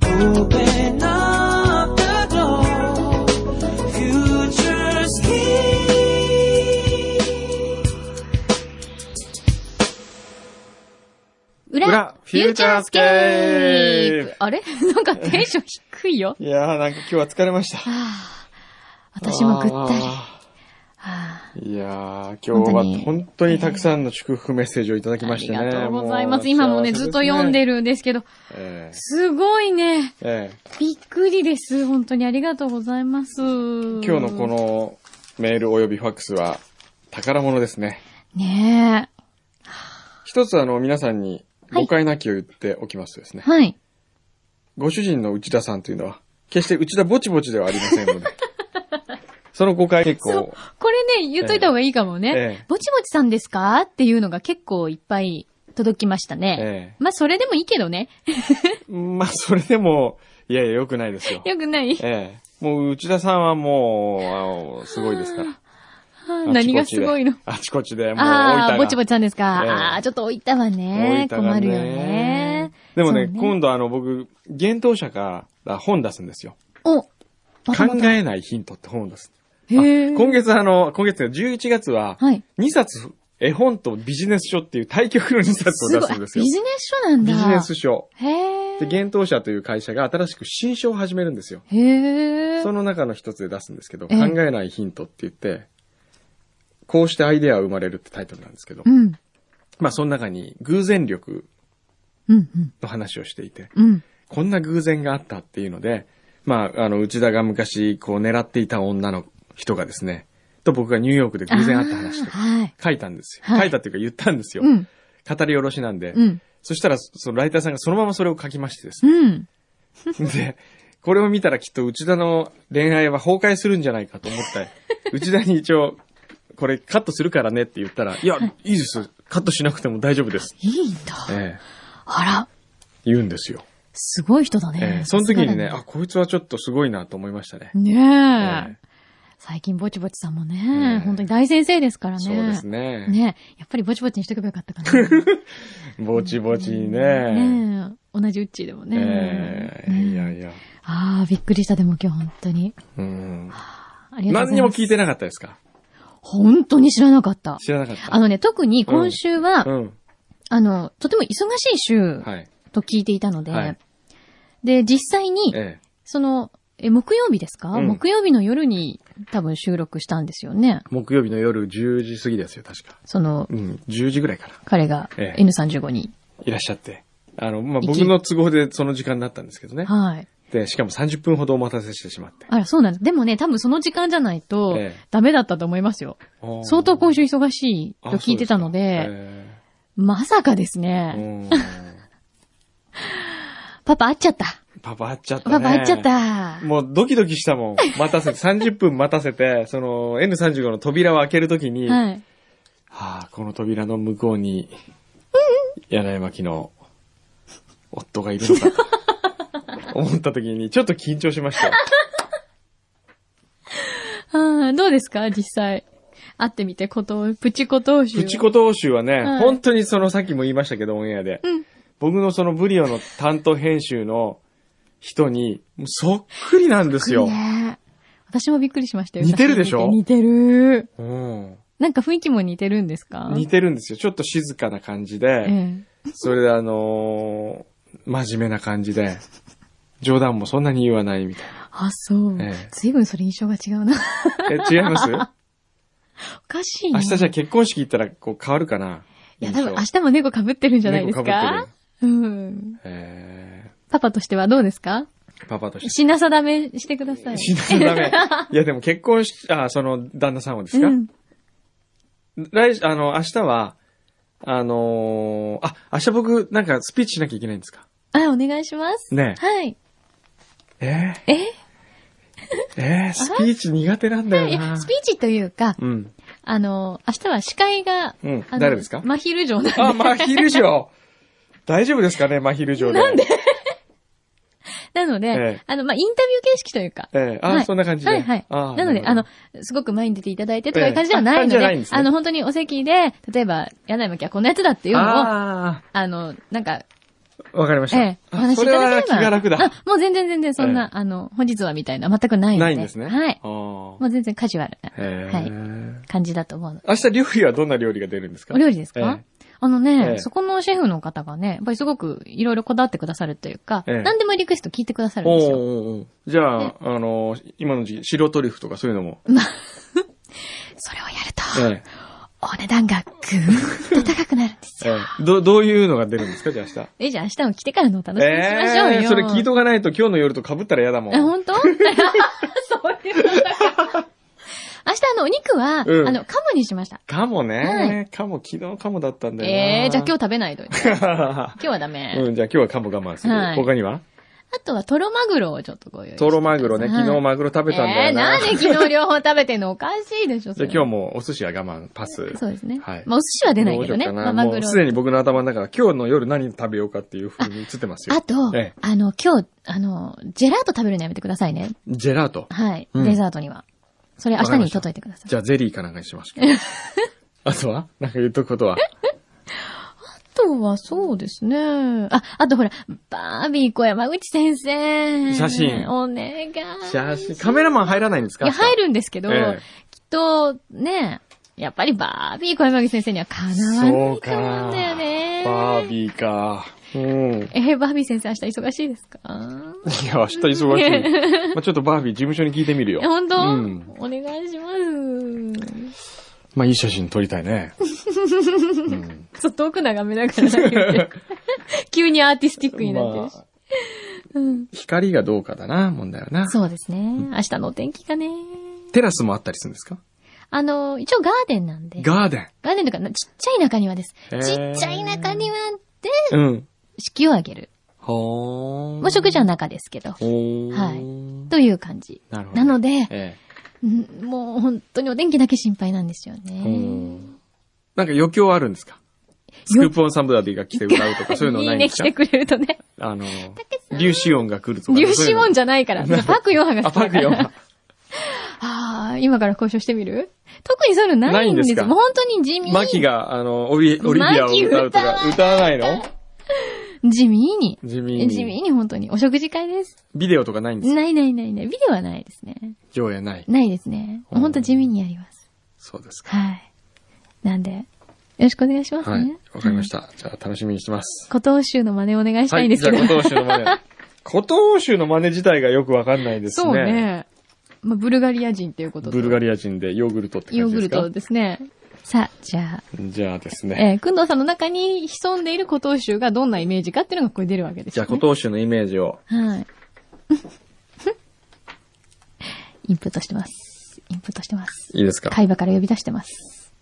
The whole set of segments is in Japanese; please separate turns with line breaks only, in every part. Open up the door. Future's key.
裏
裏
フューチャースケー
フューチャースケー
プあれ なんかテンション低い よ。
いやーなんか今日は疲れました。
私もぐったり。
あ
あ
ーいやー
本
今日
当に
は本当にたくさんの祝福メッセージをいただき
ーあ
ま
り
してね。
がとうございま
も
す。
う
今もね、
幸せ
ずっ
です
と読んでるんですけど、
ええ
すごいね。
ええ
びっくりです。本当にありがとうございます。
今日のこ。のメール及びファックスは宝物ですね。
ねえ。
一つあの皆さんに
はい
誤解なきを言っておきますとですね。
はい。
ご主人の内田さんというのは、決して内田ぼちぼちではありませ んので。その誤解結
そう
構、
これね、言っといた方がいいかもね。
ええ
ぼちぼちさんですかっていうのが結構いっぱい届きましたね。
え
まあ、それでもいいけどね。
えまあそれでも、いやいや良くないですよ。
よくない。
ええ。もう、内田さんはもう、あの、すごいですから。
あー何がすごいの。
あちこちで、もう、
あ
大
あー、
分
ぼちぼちさんですか。
ええ
ああ、ちょっと置いたわね。
大分が
困るよね。
でもね、
そう
今度あの、僕、幻冬者から本出すんですよ。
お、また
考
また
えないヒントって本を出す。
へー
今月あの、今月、11月は、
はい。
2冊、絵本とビジネス書っていう対局の2冊を
す
出
ごい。
す
あ
ん
ビ
ですよ。
ジネス書なんだ。
ビジネス書。
へ
で、
え。
幻冬者という会社が新しく新書を始めるんですよ。
へえ
そ。の中の一つで出すんですけど、
え
考
え
えないヒントって言って、こうしてアイデアは生まれるってタイトルなんですけど
う、ん。
まあその中に偶然力
うん、うん、
の話をしていて、
うん。
こんな偶然があったっていうので、まああの内田が昔こう狙っていた女の人がですね、と僕がニューヨークで偶然会った話
あー
とか
はい。
書いたんですよ。
はい
書いたっていうか言ったんですよ。
うん、
語り下ろしなんで。
うん、
そしたらそのライターさんがそのままそれを書きましてですね
うん。
で、これを見たらきっと内田の恋愛は崩壊するんじゃないかと思 った。内田に一応、これカットするからねって言ったら、いや、いいです。カットしなくても大丈夫です。
いいんだ。
ええ、
あら、
言うんですよ。
すごい人だ
え
ね
え、。その時にね、
さ
あ、こいつはちょっとすごいなと思いましたね。
すがだね。
え
ねえ。最近ぼちぼちさんもね、
え
本当に大先生ですから
え
ね。
そうです。ね。
ねえやっぱりぼちぼちにしとけばよかったかな。
ぼちぼちにね。
ねえ同じウッチーでもね。
ええ
ねえ
いやいや。
ああ、びっくりした、でも今日本当に。
うん。
ありがとうございます。
何にも聞いて
ない。
なかったですか
本当に知らなかった。
知らなかった。
あのね、特に今週は、
うん。
あの、とても忙しい週
はい。
と聞いていたので、
はい
で、実際に、
ええ。
その、え、木曜日ですか、
うん
木曜日の夜に多分収録したんですよね。
木曜日の夜10時過ぎですよ、確か。
その、
うん、10時ぐらいかな。
彼が
ええ
N35 に。
いらっしゃって。あの、ま
行
あ、
き
僕の都合でその時間になったんですけどね。
はい。
で、しかも30分ほどお待たせしてしまって。
あら、そうなんです。でもね、多分その時間じゃないと
ええ、
ダメだったと思いますよ。相当今週忙しいと
あ
聞いてたので、
そうすか
まさかです
え
ね。
ーうん
パパ会っちゃった。
パパ会っちゃったね。
パパ会っちゃった。
もうドキドキし たもん。待たせて、30分待たせて、その N35 の扉を開けるときに、は
はい。
あ、この扉の向こうに、柳巻の夫がいるのかと思ったときに、ちょっと緊張し ましたよ。
うんどうですか実際。会ってみて、こと、プチことをし
プチコトーシュはね、
はい
本当にそのさっきも言いましたけど、オンエアで。
うん
僕のそのブリオの担当編集の人に、もうそっくりなんですよ。
ね私もびっくりしましたよ。
似てるでしょ
似てる。
うん、
なんか雰囲気も似てるんですか
似てるんですよ。ちょっと静かな感じ
え
で、
え
それであのー真面目な感じで、冗談もそんなに言わないみたい
あ、そう
ええ。
随分それ印象が違うな。
な。え、違います
おかしい
明
な。
日じゃあ結婚式行ったらこう変わるかない
や、多分明日も猫被ってるんじゃないです
猫被
か
って
うん。
え
パパとしてはどうですか
ー、パパとして。
品定めしてください。
死 なダメ。いやでも結婚し、あ、その旦那さんはですか、
うん。
来、あの、明日は、あのーあ、明日僕、なんかスピーチしなきゃいけないんですか
あ、お願いします。
ね
はい。
え
え
ー、えー、スピーチ苦手なんだ
いや、
よな
ス。ピーチというか、
うん。
あの、明日は司会が、
うん
あの
誰ですか
真昼城 なんで。
あ、真昼城。大丈夫ですかね、真昼城で。なんで
なので、
ええ
あの、まあ、インタビュー形式というか。
ええあ、
はい
そんな感じで。
はいはい。
あ
なので、あの、、すごく前に出ていただいてとかいう感じではないので、
ええあ感じじゃないんですね
あの、本当にお席で、例えば、柳巻はこのやつだっていうのを、あ
ああ
の、なんか、
わかりました。
ええ、お話し
そ
いた
れ
だければ。
は気が楽だ。
あ、もう全然全然そんな、あの、本日はみたいな、全くないので。
ないんですね。
はい。
あ
も
ー
う全然カジュアルな
へ
はい
ー
感じだと思うので。
明日料理はどんな料理が出るんですか
お料理ですか、
え
あの
え
ね、
え
そこのシェフの方がね、やっぱりすごくいろいろこだわってくださるというか、
ええ
何でもリクエスト聞いてくださるん
お
で
ー
すよ。
おーおーじゃ
え
あ、あのー、今の時期、白トリュフとかそういうのも。
それをやると、
え
お値段がぐーんと高くなるんで す
え
よ。
ええど、どういうのが出るんですかじゃあ明日。
え、じゃあ明日も来てからのお楽しみにしましょうよ。
えーそれ聞いとかないと今日の夜と被ったら嫌だも
え、
ん。
本 当そういうことか明日あの、お肉は、
うん
あの、カモにしました。
かもね。
は
かも、昨日かもだったんだよな。
ええじゃあ今日食べ ないといて。
日。
今日はダメ。
うん、じゃあ今日はかも我慢する。
はい
他には
あとはトロマグロをちょっとご用意して
トロマグロね。昨日
も
マグロ食べたんだ
え
よ
ー、な
な。
んで昨日両方食べてんのおかしいでしょ、そ
じゃ
れ
あ今日もお寿司は我慢、パス。
そうですね。
はい
まあ、お寿司は出ないけど
どうし
ね。
ようかな
まあ、マ
も
グ
う
ロ。
すでに僕の頭の中が今日の夜何食べようかっていう風に映ってますよ。
あと、
ええ
あの、今日、あの、ジェラート食べるのやめてくださいね。
ジェラート。
はい。
うん
デザートには。それ明日に届いてください。
じゃあゼリーかなんかにし ましょう。あとはなんか言っとくことは。
あとはそうですね。あ、あとほら、バービー小山口先生。
写真
お願い。
写真、カメラマン入らないんです
い
か
や、入
る
るんですけど、
ええ
きっと、ね、やっぱりバービー小山口先生にはかなわ
そ
な
う
いと思う
か。
んだよね。
バービーか。うん。
えーバービー先生明日忙しいですか
いや、明日忙しい。まあちょっとバービー事務所に聞いてみるよ。
え本当、
うん。
お願いします。
まあいい写真撮りたいね。うん
ちょっと遠く眺めながらだけ ど急にアーティスティックになってるし。
まあ光がどうかだな、問題はな。
そうですね。明日のお天気がね。
テラスもあったりするんですか
あの、一応ガーデンなんで。ガ
ガーデン。
ーデンとかな、ちっちゃい中庭です。ち
へ
っ
ー
ちゃい中庭で、
うん。
式をあげる。
ほーん。
もう食事は中ですけど。
ほーん。
はという感じ。
なるほど。
なので、
え
うんもう本当にお天気だけ心配なんですよ
え。
ね。
なんか余興あるんですかスクープオンサンブラディが来て歌う とか、そういうのないい
い
ん
ね、
です
来
か
てくれるとね。
あの、粒子音が来るとか。
粒子音
じ
じゃない から。パクヨハが
ゃあ、
好きだ
パ
か
ク
ら
よ。
ああ、今から交渉してみる特にそういうのないんです
ないんですか
もう本当に地味に。
マキが、あの、オリオリビアを歌うとか、
マキ
歌わないの
地味に。
地味に。
地味に本当に。お食事会です。
ビデオとかないんですか
ないないないない。ビデオはないですね。
上映ない。
ないですね。
うん
本当地味にやります。
そうですか。
はい。なんで、よろしくお願いしますね。。
はい。わかりましたた。じゃあ、楽しみにしてます。
古藤州の真似お願いしたいんですけど。
はい、じゃあ、古藤州の真 似。古藤州の真似自体がよくわかんないですね。
そう。ね。まあ、ブルガリア人っていうことと
ブルガリア人でヨーグルトって
ヨ
感
ーグ
じで
ル
すか
トですね。さあ、じゃあ、
じゃあですね。
えー、くんどうさんの中に潜んでいる古藤州がどんなイメージかっていうのがここに出るわけです
じゃ
よ
あ、
ね
古。藤州のイメージを。
はい。 インプットしてます。インプットしてます。
いいですか
海馬から呼び出してます。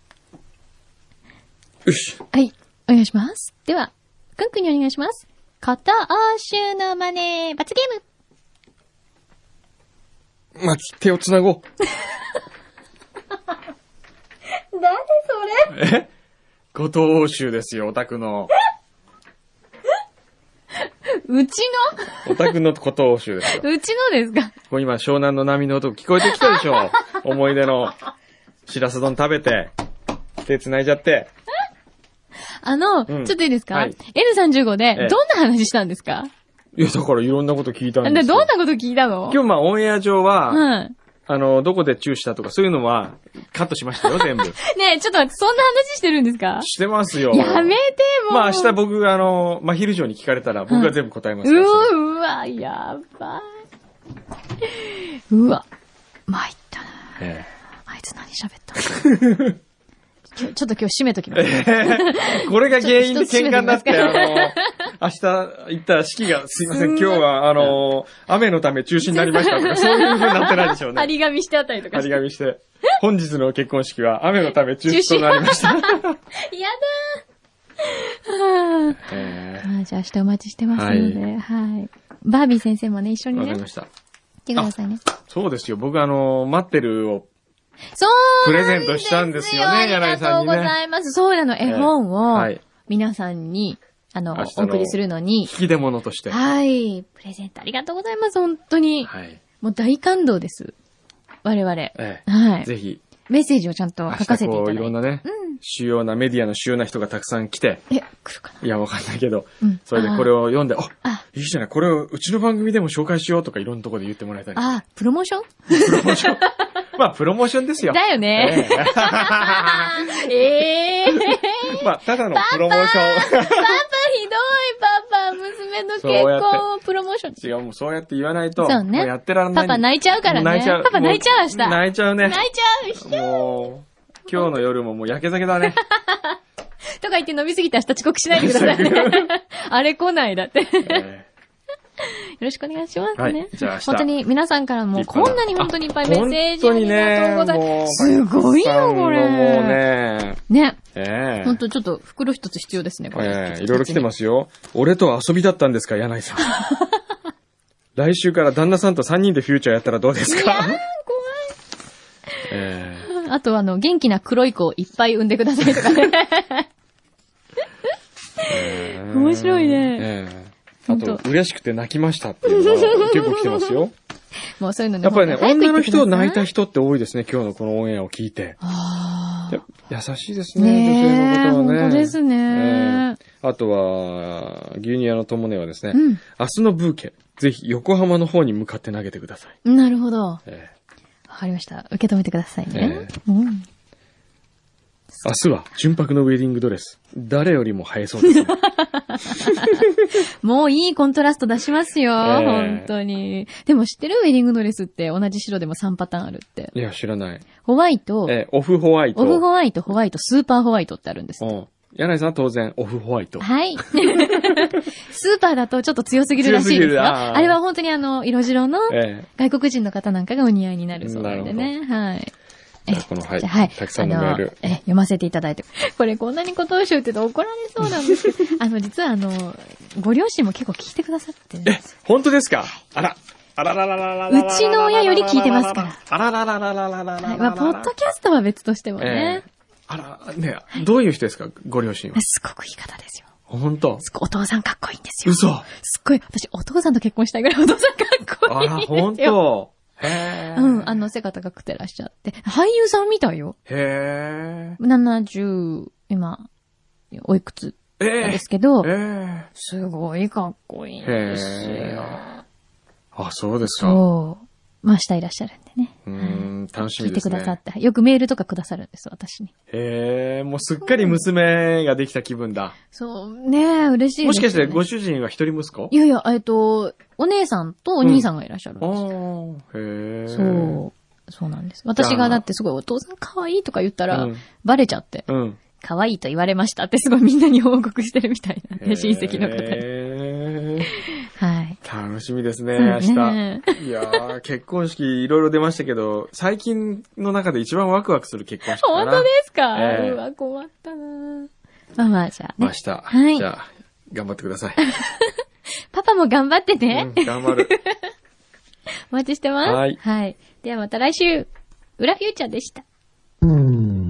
よし。
はい。お願いします。では、くんくんにお願いします。片欧州のマネー、罰ゲーム
まき、手を繋ごう。
誰それ
え古藤州ですよ、オタクの。
うち
オタクの古藤州ですよ。
のうちのですか
こう今、湘南の波の音聞こえてきたでしょ 思い出の、しらす丼食べて、手繋いじゃって。
あの、
ん
ちょっといいですか、
はい
?N35
え
で
え、
どんな話したんですか、
いや、だからいろんなこと聞いた
あ
ん
で
です
ど
よ
んなこと聞いたの
今日まあオンエア上は、
うん。
あの、どこでチューしたとかそういうのはカットしまし たよ、全部。
ねえ、ちょっと待って、そんな話してるんですか
してますよ。
やめて、もう。
まあ明日僕があの、真昼城に聞かれたら僕が全部答えます
う
から、
わ、うわ、やばい。うわ、参ったな。
それえ
あいつ何喋ったのちょちょっと今日締めときます。
えこれが原因で喧嘩になって、
ちょ
あ
っと一つ締め
の、明日行った式がすいません、今日はあの、雨のため中止になりましたとか、そういう風になってないでしょう
張
ね。
り紙してあったりとか
張
し
り
て。
紙して。本日の結婚式は雨のため中止となりました。
やだー。は
え
あまあじゃあ明日お待ちしてますので、はい。バービー先生もね、一緒
え
に
わ
ね、
かりま
来
した。
てくださいね。
そうですよ。僕あの、待ってるを
そう
プ
なんですよ
レゼントしたんですよね柳井さんにね
ありがとうございます。そうなの、絵本
は
を
い、
皆さんに、あの、
明日
お
の
送りするのに、
引き出物として。
はい。プレゼントありがとうございます、本当に。
はい。
もう大感動です。我々。
ええ
はい。
ぜひ、
メッセージをちゃんと
明
書かせ
日
ていた
こ
だ
う
い
いろん
て。
なね、
うん
主要なメディアの主要な人がたくさん来て、
え、来るかない
や、わかんないけど、
うん
それでこれを読んで、あ
あ
いいじゃない、これをうちの番組でも紹介しようとかいろんなところで言ってもらえたり。
あ、プロモーション
プロモー ション。まあ、プロモーションですよ。
だよね。
え
ええー。
えまあ、ただのプロモーショ
パパひどい、パパ。娘の結婚をプロモーション。
ン。違う、もうそうやって言わないと、
そうね
もうやってらんない。
パパ泣いちゃうからね。
泣いちゃう。
パパ泣いちゃう、明日。
も泣いちゃうね。
泣いちゃう。
もう、今日の夜ももう焼け酒だね。
とか言って飲みすぎて明日遅刻しないでくださいね。 あれ来 ないだって。よ
え
ろしくお願いしますね。
はいじゃあ明日
本当に皆さんからも
立派
こ
なん
なに本当にいっぱいメッセージありがとうございます。
本当にね
すごいよ、こ
もうもう
れ。
ね、
ね。
ええ
本当ちょっと袋一つ必要ですね、これ。
ええいろいろ来てますよ。俺と遊びだったんですか、柳井さん。来週から旦那さんと3人でフューチャーやったらどうですかええ
あと、あの、元気な黒い子をいっぱい産んでくださいと かね。面白いね。
ええあ
本当
と、嬉しくて泣きましたっていうの が結構来てますよ。
もうそういうのね。
やっぱりね、
本当に
女の
早く言
人を
ってくださ
泣いた人って多いですね、今日のこのオンエアを聞いて。
あー
や優しいです
ね
ね、
え
女性の方はね。
本当ですね
えあとは、牛乳屋の友根はですね、
うん
明日のブーケ、ぜひ横浜の方に向かって投げてください。
なるほど。わ
ええ
かりました。受け止めてくださいね
え。
うん。
明日は純白のウェディングドレス。誰よりも映えそうですね。
もういいコントラスト出しますよ。
ええ
本当に。でも知ってるウェディングドレスって同じ白でも3パターンあるって。
いや、知らない。
ホワイト、
ええオフホワイト。
オフホワイト、ホワイト、スーパーホワイトってあるんです。
うん。柳井さんは当然、オフホワイト。
はい。 スーパーだとちょっと強すぎるらしい
強
ですす
ぎ
よ。
るあー
あれは本当にあの、色白の
え
外国人の方なんかがお似合いになるそうなんでね。はい。
えじゃあこの、はい。
じゃあ、はい。
たくさんのメール。
あのえ、読ませていただいて。これ、こんなにことをしゅうって言うと怒られそうなんですけ ど、あの、実はあの、ご両親も結構聞いてくださってるんですよ。
本当ですかあら。あららららららら。
うちの親より聞いてますから。
あらららららららら
は
ら
い。まあ、ポッドキャストは別としても
え
ね
え、あら、ねどういう人ですかご両親は。
すごくいい方ですよ。
本当
すごいお父さんかっこいいんですよ。
嘘
すっごい、私、お父さんと結婚したいぐらいお父さんかっこ
あ
いい
ら、
ん
本
ですよ。
当へえ。
うん、あの、背が高くてらっしゃって。俳優さんみたいよ。
へ
70、今、おいくつ
え。え
なんで
え
すけど
え、え。
すごいかっこいいんです
へ
よ。
ーあ、そうですか。
そう。まあ、下いらっしゃるんでね。
うーん、楽し
聞
み
い
で
て
す
くださっ
ね。
て。よくメールとかくださるんです、私に。
へえ、もうすっかり娘ができた気分だ。
そう、ねえ、嬉しい
もしかしてご
ご
主人は一人息子
いやいや、えっと、お姉さんとお兄さんがいらっしゃるん
あ
ですよ。
あ、へえ。
そう。そうなんです。私がだってすごいお父さん可愛いとか言ったら、
うん
バレちゃって、
うん。
可愛いと言われましたってすごいみんなに報告してるみたいなんで、親戚の方に。
へー
はい。
楽しみですね、
そう
明
ね
日。いやー、結婚式いろいろ出ましたけど、最近の中で一番ワクワクする結婚式か
本
な。
当ですか、
ええ
うわ、困ったなまあまあ、じゃあ
明
ね。
日。
はい
じゃあ、頑張ってください。
パパも頑張ってね。
うん頑張る。
お待ちしてます。
はい
ではまた来週、裏フューチャーでした。
Mm.